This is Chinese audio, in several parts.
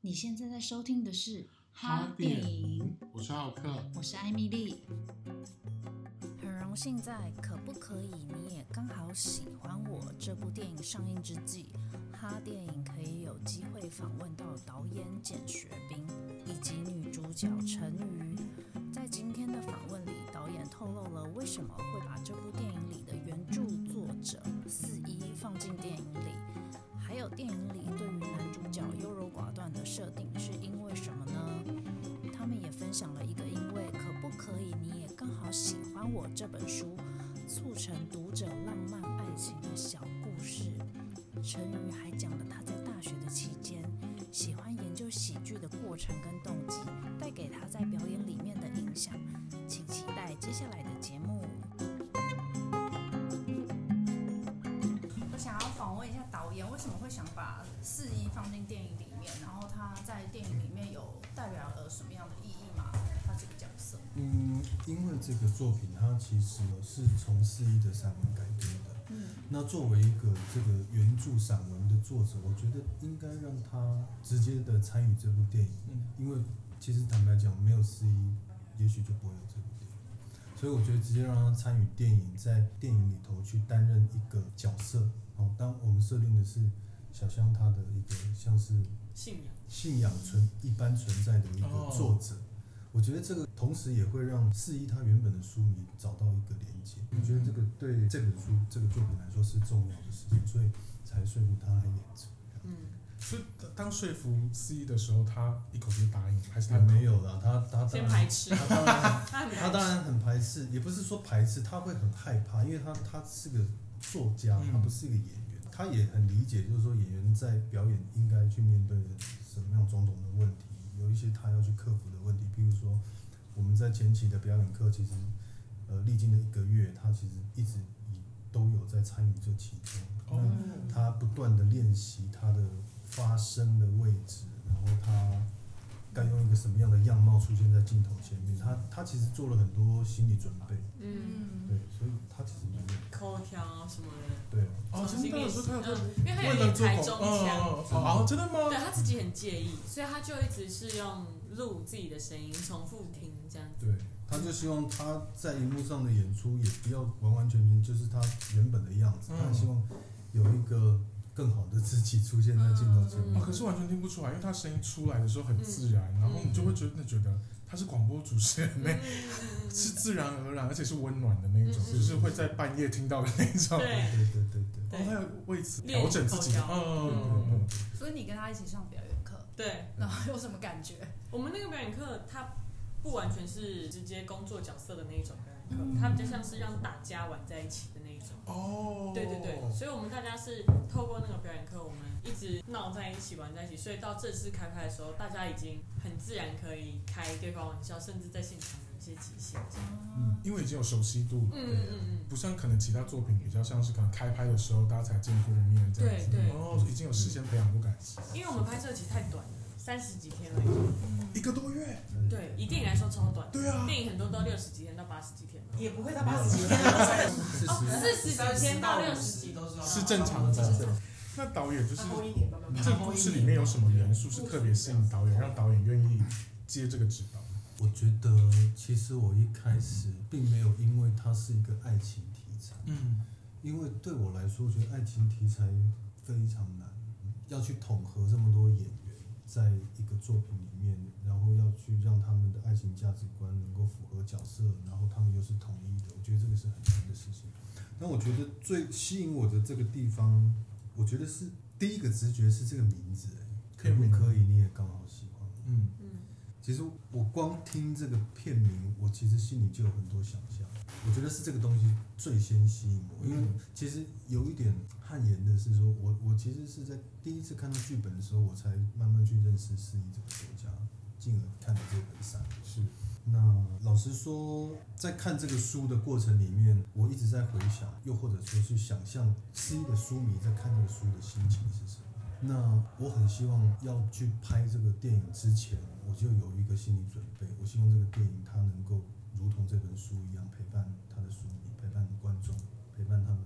你现在在收听的是《哈电影》，我是浩克，我是艾米丽。很荣幸在《可不可以你也刚好喜欢我》这部电影上映之际，哈电影可以有机会访问到导演简学彬以及女主角陈瑜。在今天的访问里，导演透露了为什么会把这部电影里的原著作者四一放进电影里，还有电影里对于男主角优柔寡断的设定是因为什么呢？他们也分享了一个因为可不可以你也刚好喜欢我这本书，促成读者浪漫爱情的小故事。陈宇还讲了他在大学的期间喜欢研究喜剧的过程跟动机，带给他在表演里面的影响。请期待接下来的节目。我想要访问一下导演，为什么会想把四一放进电影里面？然后他在电影里面有代表了什么样的意义吗？他这个角色，嗯，因为这个作品它其实是从四一的散文改编的。嗯，那作为一个这个原著散文的作者，我觉得应该让他直接的参与这部电影。因为其实坦白讲，没有四一，也许就不会有这部电影。所以我觉得直接让他参与电影，在电影里头去担任一个角色。哦，当我们设定的是小香她的一个像是信仰。信仰存一般存在的一个作者。我觉得这个同时也会让四一他原本的书迷找到一个连接。我觉得这个对这本书这个作品来说是重要的事情，所以才说服他来演出。嗯所以当说服司仪的时候，他一口就答应，还是他他没有啦，他他当先然排斥，他当然他很排啊他当然很排斥，也不是说排斥，他会很害怕，因为他他是个作家，嗯他不是一个演员，他也很理解，就是说演员在表演应该去面对的什么样种种的问题，有一些他要去克服的问题，比如说我们在前期的表演课，其实呃历经了一个月，他其实一直以都有在参与这其中，哦那他不断的练习他的发声的位置，然后他该用一个什么样的样貌出现在镜头前面，他他其实做了很多心理准备，嗯，对，所以他其实蛮有口条啊什么的。对啊，哦，真的，所以他嗯就，因为他有为了点做台广中腔，哦哦哦，哦真的对吗？他自己很介意，所以他就一直是用录自己的声音重复听这样子。对，他就希望他在荧幕上的演出也不要完完全全就是他原本的样子，嗯他希望有一个更好的自己出现在镜头前面哦，。可是完全听不出来，因为他声音出来的时候很自然，然后你就会真的觉得他是广播主持人呢、嗯，是自然而然，而且是温暖的那种，嗯就是会在半夜听到的那种。哦，对对对对对。他对要为此调整自己的，练口条嗯嗯嗯所以你跟他一起上表演 课，对，然后有什么感觉？我们那个表演课，它不完全是直接工作角色的那一种表演课，它比较像是让大家玩在一起的那一种。嗯，哦，对对对，所以我们大家是透过那个表演课，我们一直闹在一起、玩在一起，所以到正式开拍的时候，大家已经很自然可以开对方玩笑，甚至在现场有一些极限。因为已经有熟悉度了，嗯嗯嗯，不像可能其他作品比较像是可能开拍的时候大家才见过面这样子，对对哦，已经有事先培养过感情，因为我们拍摄期太短了，三十几天而已。嗯一个多月，对，以电影来说超短，对啊，电影很多都六十几天到八十几天嘛。也不会到八十几天啊，四十哦四十几天到六十十几，啊都是是正常的。那导演就是那后一年慢慢这个故事里面有什么元素是特别吸引导演，让导演愿意接这个指导？我觉得其实我一开始并没有因为它是一个爱情题材，嗯，因为对我来说，我觉得爱情题材非常难，要去统合这么多演员在一个作品里面，然后要去让他们的爱情价值观能够符合角色，然后他们又是统一的，我觉得这个是很难的事情。但我觉得最吸引我的这个地方，我觉得是第一个直觉是这个名字，哎可不可以？你也刚好喜欢我。嗯，其实我光听这个片名，我其实心里就有很多想象。我觉得是这个东西最先吸引我，因为其实有一点汗颜的是说，我我其实是在第一次看到剧本的时候，我才慢慢去认识失忆这个作家，进而看了这本散文。是，那老实说，在看这个书的过程里面，我一直在回想，又或者说去想象 C 的书迷在看这个书的心情是什么。那我很希望要去拍这个电影之前，我就有一个心理准备，我希望这个电影它能够如同这本书一样，陪伴他的书迷，陪伴观众，陪伴他们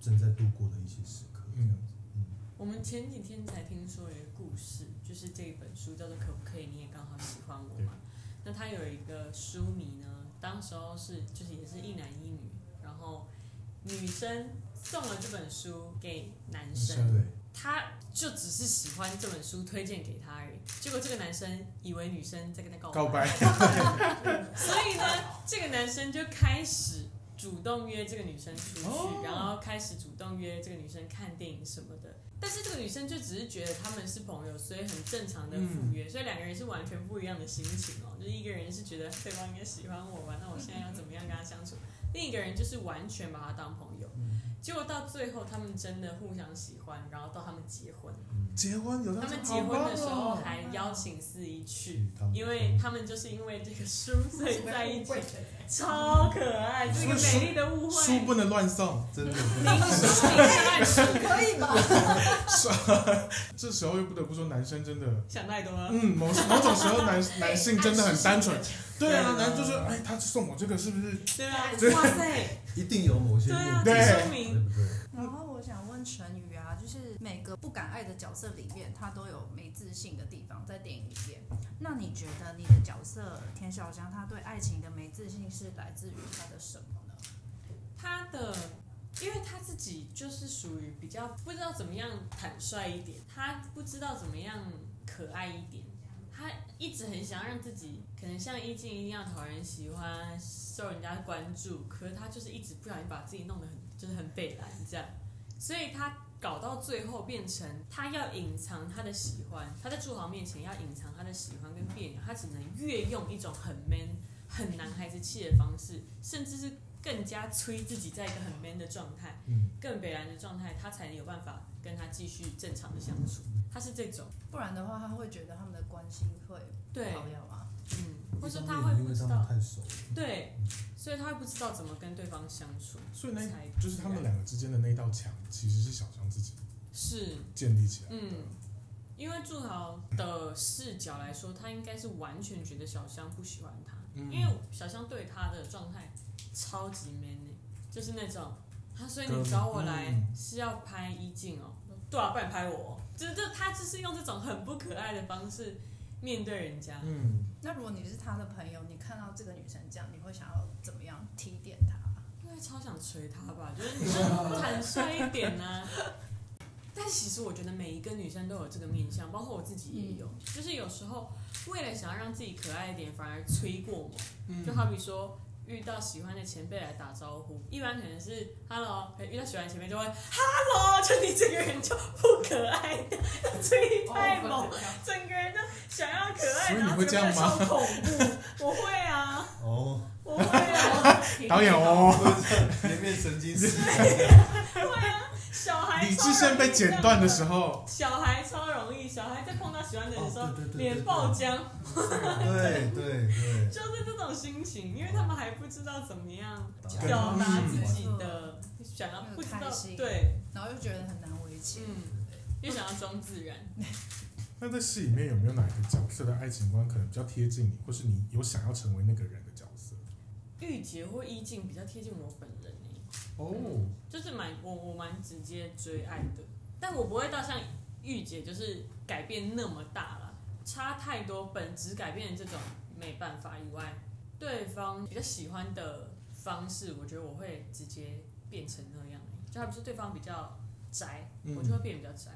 正在度过的一些时刻，这样子。嗯我们前几天才听说有一个故事，就是这书叫做《可不可以你也刚好喜欢我》嘛。那他有一个书迷呢，当时候是就是也是一男一女，然后女生送了这本书给男生，对，他就只是喜欢这本书推荐给他而已。结果这个男生以为女生在跟他告告白， 所以呢，这个男生就开始主动约这个女生出去，哦然后开始主动约这个女生看电影什么的。但是这个女生就只是觉得他们是朋友，所以很正常的赴约，所以两个人是完全不一样的心情哦。就是一个人是觉得对方应该喜欢我吧，那我现在要怎么样跟他相处？另一个人就是完全把他当朋友。结果到最后，他们真的互相喜欢，然后到他们结婚。嗯结婚有他们结婚的时候哦还邀请四一去他，们因为他们就是因为这个书，所以在一起，对超可爱，这个美丽的误书会。不能乱送，真的，可以 吧？ 这时候又不得不说，男生真的，想太多了，嗯，某某种时候男男性真的很单纯。对啊，对啊男就是哎，他送我这个是不是？对啊，对哇塞，一定有某些对啊，目这的，说对明不对？然后我想问陈宇啊，就是每个不敢爱的角色里面，他都有没自信的地方，在电影里面。那你觉得你的角色田小江，他对爱情的没自信是来自于他的什么呢？他的，因为他自己就是属于比较不知道怎么样坦率一点，他不知道怎么样可爱一点，他一直很想让自己可能像易静一样讨人喜欢、受人家关注，可是他就是一直不小心把自己弄得很就是很北蓝这样，所以他。搞到最后变成他要隐藏他的喜欢，他在朱豪面前要隐藏他的喜欢跟别扭，他只能越用一种很 man、很男孩子气的方式，甚至是更加催自己在一个很 man 的状态，嗯更北然的状态，他才有办法跟他继续正常的相处。他是这种，不然的话，他会觉得他们的关系会对，跑掉吗？嗯，或者一他方会面因不为知他道们，太熟了，对，所以他会不知道怎么跟对方相处，所以那才就是他们两个之间的那道墙，其实是小张自己是建立起来的。嗯，因为祝豪的视角来说，他应该是完全觉得小香不喜欢他，嗯因为小香对他的状态超级 man 的、就是那种他，所以你找我来嗯是要拍衣镜哦，对啊，不然拍我哦，就是这他就是用这种很不可爱的方式面对人家，嗯，那如果你是他的朋友，你看到这个女生这样，你会想要怎么样提点她？因为超想捶他吧，就是你就坦率一点呢、但其实我觉得每一个女生都有这个面相，包括我自己也有，就是有时候为了想要让自己可爱一点，反而吹过嗯猛。就好比说遇到喜欢的前辈来打招呼，一般可能是 hello，可能遇呃到喜欢的前辈就会 hello，就你这个人就不可爱的，吹太猛，整个人就想要可爱，所以你然后会就这样变得吗超恐怖。 我会啊，哦，我会啊， 导演哦，颜面神经是，小孩理超智线被容易这剪样断的子时候，小孩超容易，小孩在碰到喜欢的人的时候哦对对，对脸对爆浆，对对对，就是这种心情，因为他们还不知道怎么样打表达自己嗯的想要，那个不知道开心对，然后又觉得很难为情。嗯，又想要装自然。那在戏里面有没有哪一个角色的爱情观可能比较贴近你，或是你有想要成为那个人的角色？御姐或意境比较贴近我本人欸哦，就是蛮我我蛮直接追爱的，但我不会到像御姐就是改变那么大了，差太多本质改变这种没办法以外，对方比较喜欢的方式，我觉得我会直接变成那样欸、就还不是对方比较宅，嗯我就会变得比较宅；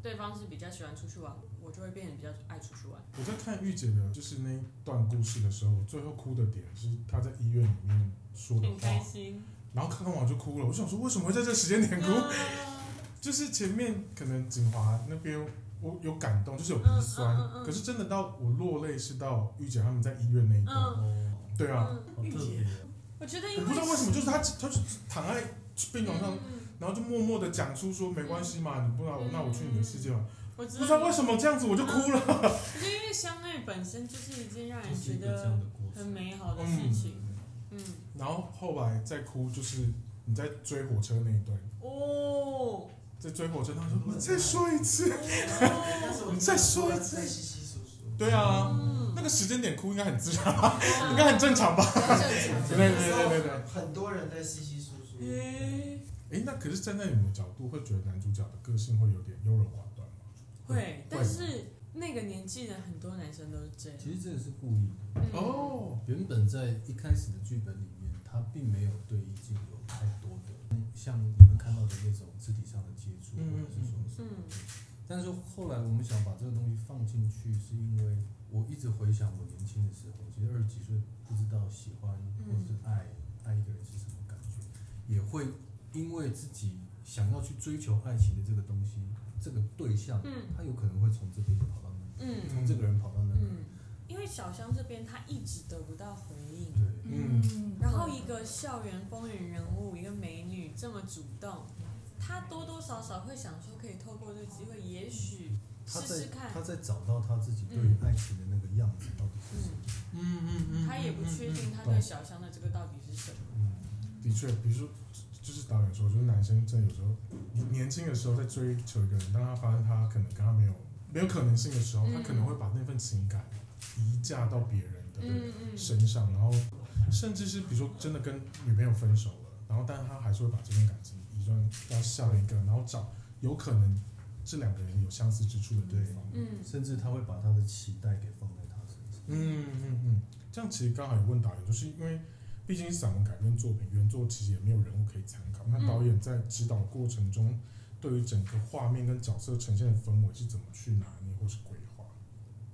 对方是比较喜欢出去玩，我就会变得比较爱出去玩。我在看御姐的，就是那一段故事的时候，我最后哭的点是她在医院里面说的很开话，心，然后看完我就哭了。我想说，为什么会在这时间点哭？啊就是前面可能景华那边我有感动，就是有鼻酸，嗯嗯嗯嗯可是真的到我落泪是到御姐他们在医院那一段。嗯哦，对啊，嗯，好特别哦，我觉得因我为不知道为什么，就是她她就躺在病床上，嗯然后就默默的讲出说没关系嘛，你不让我，嗯那我去你的世界吧。我知不道知道你为什么这样子我就哭了。就因为相爱本身就是一件让就人是觉一个这样得的过很程，美好的事情。嗯，然后后来再哭，就是你在追火车那一段，哦，在追火车，他说你再说一次，啊你再说一次。对啊，嗯那个时间点哭应该很自然，应该很正常吧？对对对对对。很多人在稀稀疏疏。诶，哎，那可是站在你们的角度，会觉得男主角的个性会有点优柔寡断吗？会，但是那个年纪的很多男生都是这样。其实这个是故意的。嗯，哦，原本在一开始的剧本里面，他并没有对一镜有太多的像你们看到的那种肢体上的接触，嗯或者是说是。嗯但是后来我们想把这个东西放进去，是因为我一直回想我年轻的时候，其实二十几岁不知道喜欢或者是爱、爱一个人是什么感觉，也会因为自己想要去追求爱情的这个东西，这个对象，嗯他有可能会从这边跑到那里，嗯从这个人跑到那里，嗯，因为小香这边她一直得不到回应。对。嗯然后一个校园风云人物，一个美女这么主动，她多多少少会想说，可以透过这个机会，也许他试在试看他。在找到他自己对于爱情的那个样子到底是什么。嗯，嗯嗯嗯，她也不确定她对小香的这个到底是什么。嗯，的确，比如说，就就是导演说，就是男生真的有时候，你年轻的时候在追求一个人，当他发现他可能跟他没有没有可能性的时候，嗯他可能会把那份情感移嫁到别人的嗯嗯身上，然后甚至是比如说真的跟女朋友分手了，然后但他还是会把这份感情移转到下一个，然后找有可能这两个人有相似之处的地方。嗯甚至他会把他的期待给放在他身上。嗯嗯嗯，这样其实刚好也问导演，就是因为毕竟散文改编作品，原作其实也没有人物可以参考。那导演在指导过程中，对于整个画面跟角色呈现的氛围是怎么去拿捏或是规划？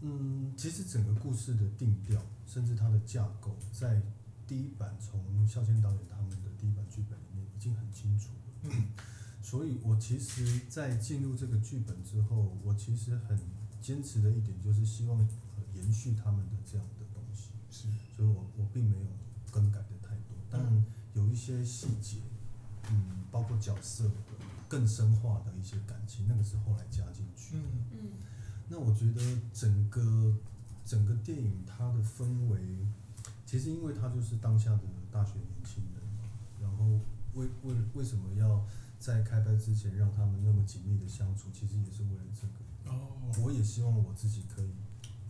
嗯，其实整个故事的定调，甚至它的架构，在第一版从孝谦导演他们的第一版剧本里面已经很清楚了。所以我其实，在进入这个剧本之后，我其实很坚持的一点就是希望、呃延续他们的这样的东西。是，所以我我并没有更改的太多，当然有一些细节，嗯，包括角色更深化的一些感情，那个是后来加进去。嗯嗯那我觉得整个整个电影它的氛围，其实因为它就是当下的大学年轻人嘛，然后为为为什么要在开拍之前让他们那么紧密的相处，其实也是为了这个。哦，我也希望我自己可以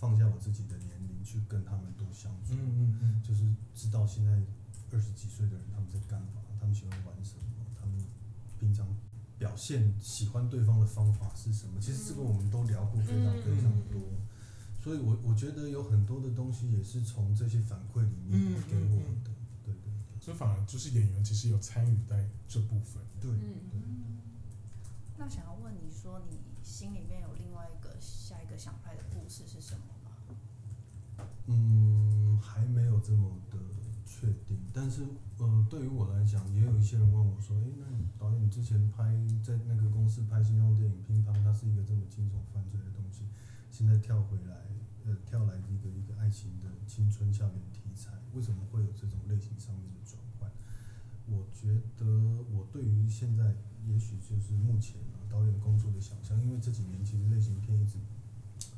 放下我自己的年龄，去跟他们多相处。嗯嗯嗯，就是知道现在二十几岁的人他们在干嘛，他们喜欢玩什么，他们平常表现喜欢对方的方法是什么。其实这个我们都聊过非常非常多，所以我我觉得有很多的东西也是从这些反馈里面给我的。对对所以反而呃就是演员其实有参与在这部分。对嗯对，嗯，那想要问你说，你心里面有另外一个下一个想拍的故事是什么吗？嗯，还没有这么的确定，但是呃，对于我来讲，也有一些人问我说，诶，那你导演你之前拍在那个公司拍新创电影《乒乓》，它是一个这么惊悚犯罪的东西，现在跳回来，呃，跳来一个一个爱情的青春校园题材，为什么会有这种类型上面的转换？我觉得我对于现在，也许就是目前、啊、导演工作的想象，因为这几年其实类型片一直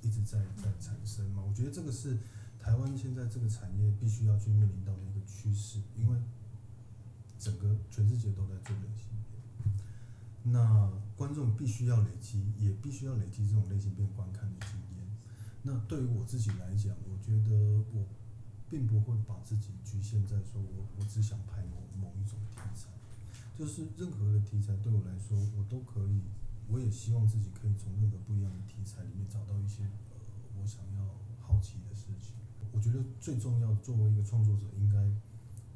一直在在产生嘛，我觉得这个是台湾现在这个产业必须要去面临到的一个趋势，因为整个全世界都在做类型片，那观众必须要累积，也必须要累积这种类型片观看的经验。那对于我自己来讲，我觉得我并不会把自己局限在说我我只想拍某某一种题材，就是任何的题材对我来说，我都可以。我也希望自己可以从任何不一样的题材里面找到一些呃我想要好奇的事情。我觉得最重要的，作为一个创作者，应该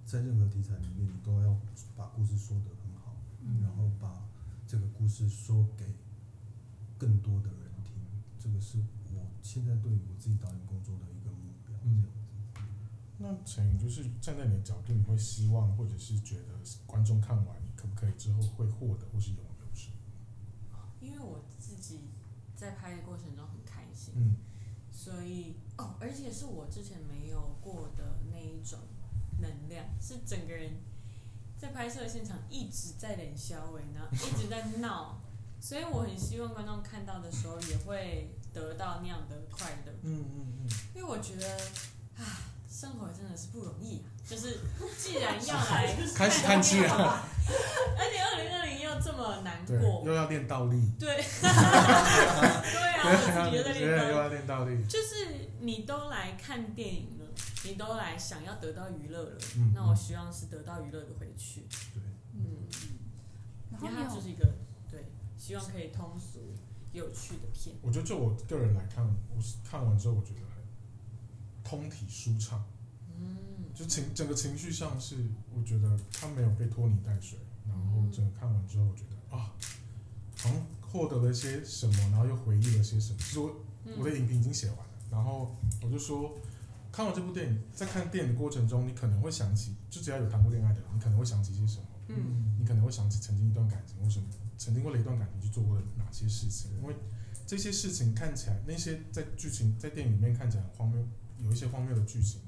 在任何题材里面，你都要把故事说得很好，嗯然后把这个故事说给更多的人听。这个是我现在对于我自己导演工作的一个目标，这嗯样子。那陈颖，就是站在你的角度，你会希望或者是觉得观众看完，可不可以之后会获得或是拥有什么？因为我自己在拍的过程中很开心，嗯所以哦，而且是我之前没有过的那一种能量，是整个人在拍摄的现场一直在冷笑伟，然后一直在闹，所以我很希望观众看到的时候也会得到那样的快乐，嗯嗯嗯，，因为我觉得啊，生活真的是不容易啊，就是既然要来 开始叹 气了， 而且二零二零又这么难对，过，又要练倒立， 对， 对啊，我自己对又对，在啊练又功。要练倒立。就是你都来看电影了，你都来想要得到娱乐了，嗯那我希望是得到娱乐的回去。对，嗯，然因后为你它就有是一个对，希望可以通俗，有趣的片。我觉得就我个人来看，我是看完之后我觉得很通体舒畅，嗯，就情整个情绪上是我觉得他没有被拖泥带水，然后整个看完之后我觉得啊，好像获得了些什么，然后又回忆了些什么。其实我嗯我的影评已经写完了，然后我就说。看完这部电影，在看电影的过程中，你可能会想起，就只要有谈过恋爱的人，你可能会想起些什么。嗯你可能会想起曾经一段感情，或什么曾经为了一段感情去做过的哪些事情，因为这些事情看起来那些在剧情在电影里面看起来很荒谬，有一些荒谬的剧情，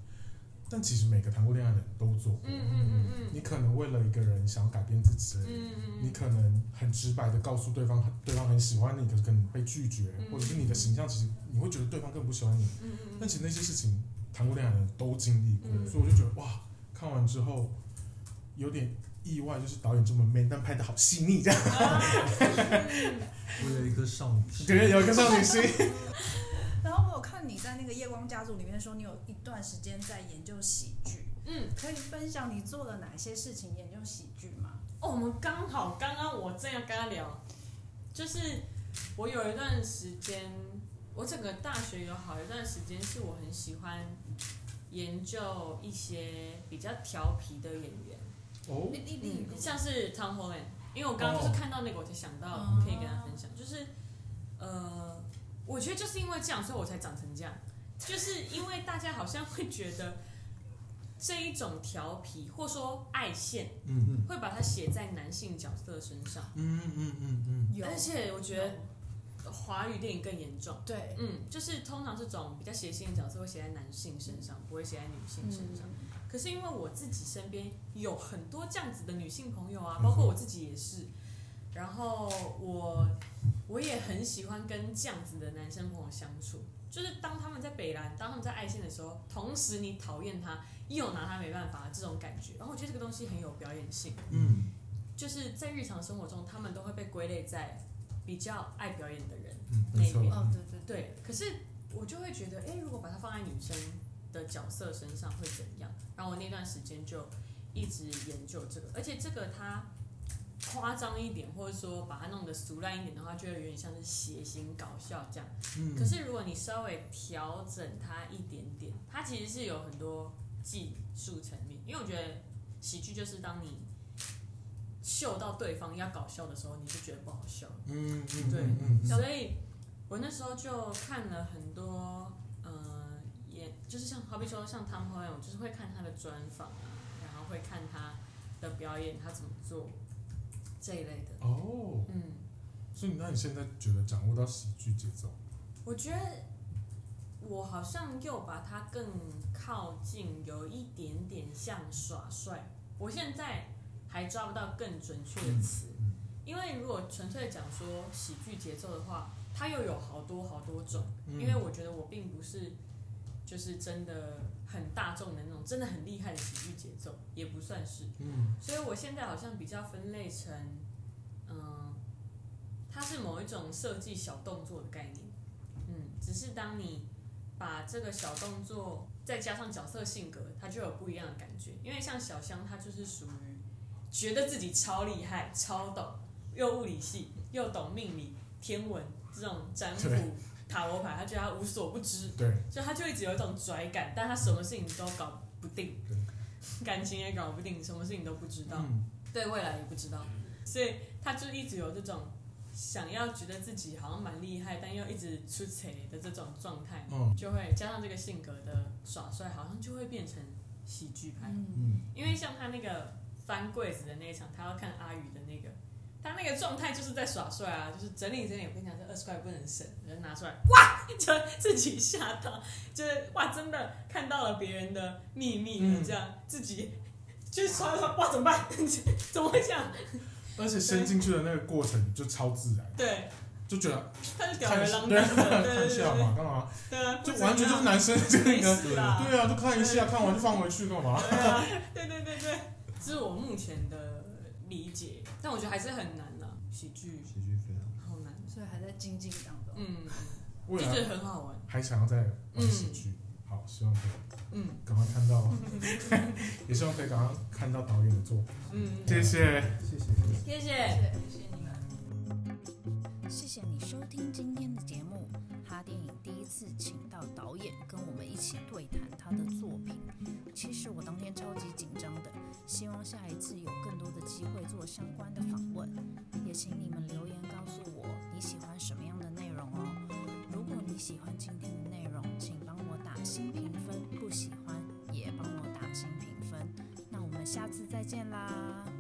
但其实每个谈过恋爱的人都做过。嗯嗯嗯你可能为了一个人想要改变自己，嗯你嗯可能很直白的告诉对方，对方很喜欢你，可是可能被拒绝，嗯或者是你的形象其实你会觉得对方更不喜欢你，嗯嗯但其实那些事情谈过恋爱的人都经历过，嗯所以我就觉得哇，看完之后有点意外，就是导演这么 man，但拍的好细腻，这样 嗯为了一颗少女心感觉有一个少女心。 然后我有看你在那个《夜光家族》里面说，你有一段时间在研究喜剧，嗯。可以分享你做了哪些事情研究喜剧吗？哦，我们刚好刚刚我正要跟他聊，就是我有一段时间，我整个大学有好一段时间是我很喜欢研究一些比较调皮的演员，哦，嗯，像是 Tom Holland，因为我刚刚就是看到那个，我才想到哦可以跟他分享，就是呃，我觉得就是因为这样，所以我才长成这样，就是因为大家好像会觉得这一种调皮或说爱线，嗯嗯会把它写在男性角色身上，嗯嗯嗯嗯有而且我觉得华语电影更严重。对，嗯，就是通常这种比较邪性的角色会写在男性身上，不会写在女性身上。可是因为我自己身边有很多这样子的女性朋友啊，包括我自己也是。然后我我也很喜欢跟这样子的男生朋友相处，就是当他们在北兰，当他们在爱线的时候，同时你讨厌他，又拿他没办法这种感觉。然后我觉得这个东西很有表演性。嗯就是在日常生活中，他们都会被归类在比较爱表演的人。嗯，没错那。边哦，对对对，可是我就会觉得，哎，如果把它放在女生的角色身上会怎样？然后我那段时间就一直研究这个，而且这个它夸张一点，或者说把它弄得俗烂一点的话，就会有点像是谐星搞笑这样。嗯可是如果你稍微调整它一点点，它其实是有很多技术层面，因为我觉得喜剧就是当你秀到对方要搞笑的时候，你就觉得不好笑了。嗯嗯对嗯嗯所以我那时候就看了很多，呃，也就是像好比说像汤朋友，就是会看他的专访啊，然后会看他的表演，他怎么做这一类的。哦，嗯，所以那你现在觉得掌握到喜剧节奏？我觉得我好像又把它更靠近，有一点点像耍帅。我现在还抓不到更准确的词，因为如果纯粹讲说喜剧节奏的话，它又有好多好多种。嗯因为我觉得我并不是就是真的很大众的那种，真的很厉害的喜剧节奏，也不算是。嗯所以我现在好像比较分类成，嗯，它是某一种设计小动作的概念，嗯，只是当你把这个小动作再加上角色性格，它就有不一样的感觉。因为像小香，她就是属于觉得自己超厉害、超懂，又物理系又懂命理、天文这种占卜对、塔罗牌，她觉得她无所不知，对，所以他就一直有一种拽感，但他什么事情都搞不定，感情也搞不定，什么事情都不知道，嗯对未来也不知道，所以他就一直有这种想要觉得自己好像蛮厉害，但又一直出彩的这种状态，嗯就会加上这个性格的耍帅，好像就会变成喜剧派。嗯，嗯，因为像他那个翻柜子的那一场，他要看阿宇的那个，他那个状态就是在耍帅啊，就是整理整理。我跟你讲，这二十块不能省，我就拿出来，哇，就自己吓到，就是哇，真的看到了别人的秘密了，嗯这样、自己就刷到哇，怎么办？怎么会这样？而且伸进去的那个过程就超自然，对，就觉得他就吊看儿一郎下当对的，对看对一对下对嘛，干嘛？对啊，就不完全就是男生这没个，事啦，对啊，就看一下，看完就放回去干嘛？对啊，对对对对，这是我目前的理解，但我觉得还是很难的、喜剧喜剧非常好难，所以还在精进当中。嗯，就未觉来得很好玩，还想要再玩喜剧，好，希望可以嗯赶快看到， 也希望可以赶快看到导演的作品。嗯，谢谢。谢谢谢谢。谢谢谢。谢你们。谢谢你收听今天的节目。哈电影第一次请到导演跟我们一起对谈他的作品，其实我当天超级紧张的，希望下一次有更多的机会做相关的访问，也请你们留言告诉我你喜欢什么样的内容哦。如果你喜欢今天的内容，请帮我打新评分；不喜欢也帮我打新评分。那我们下次再见啦！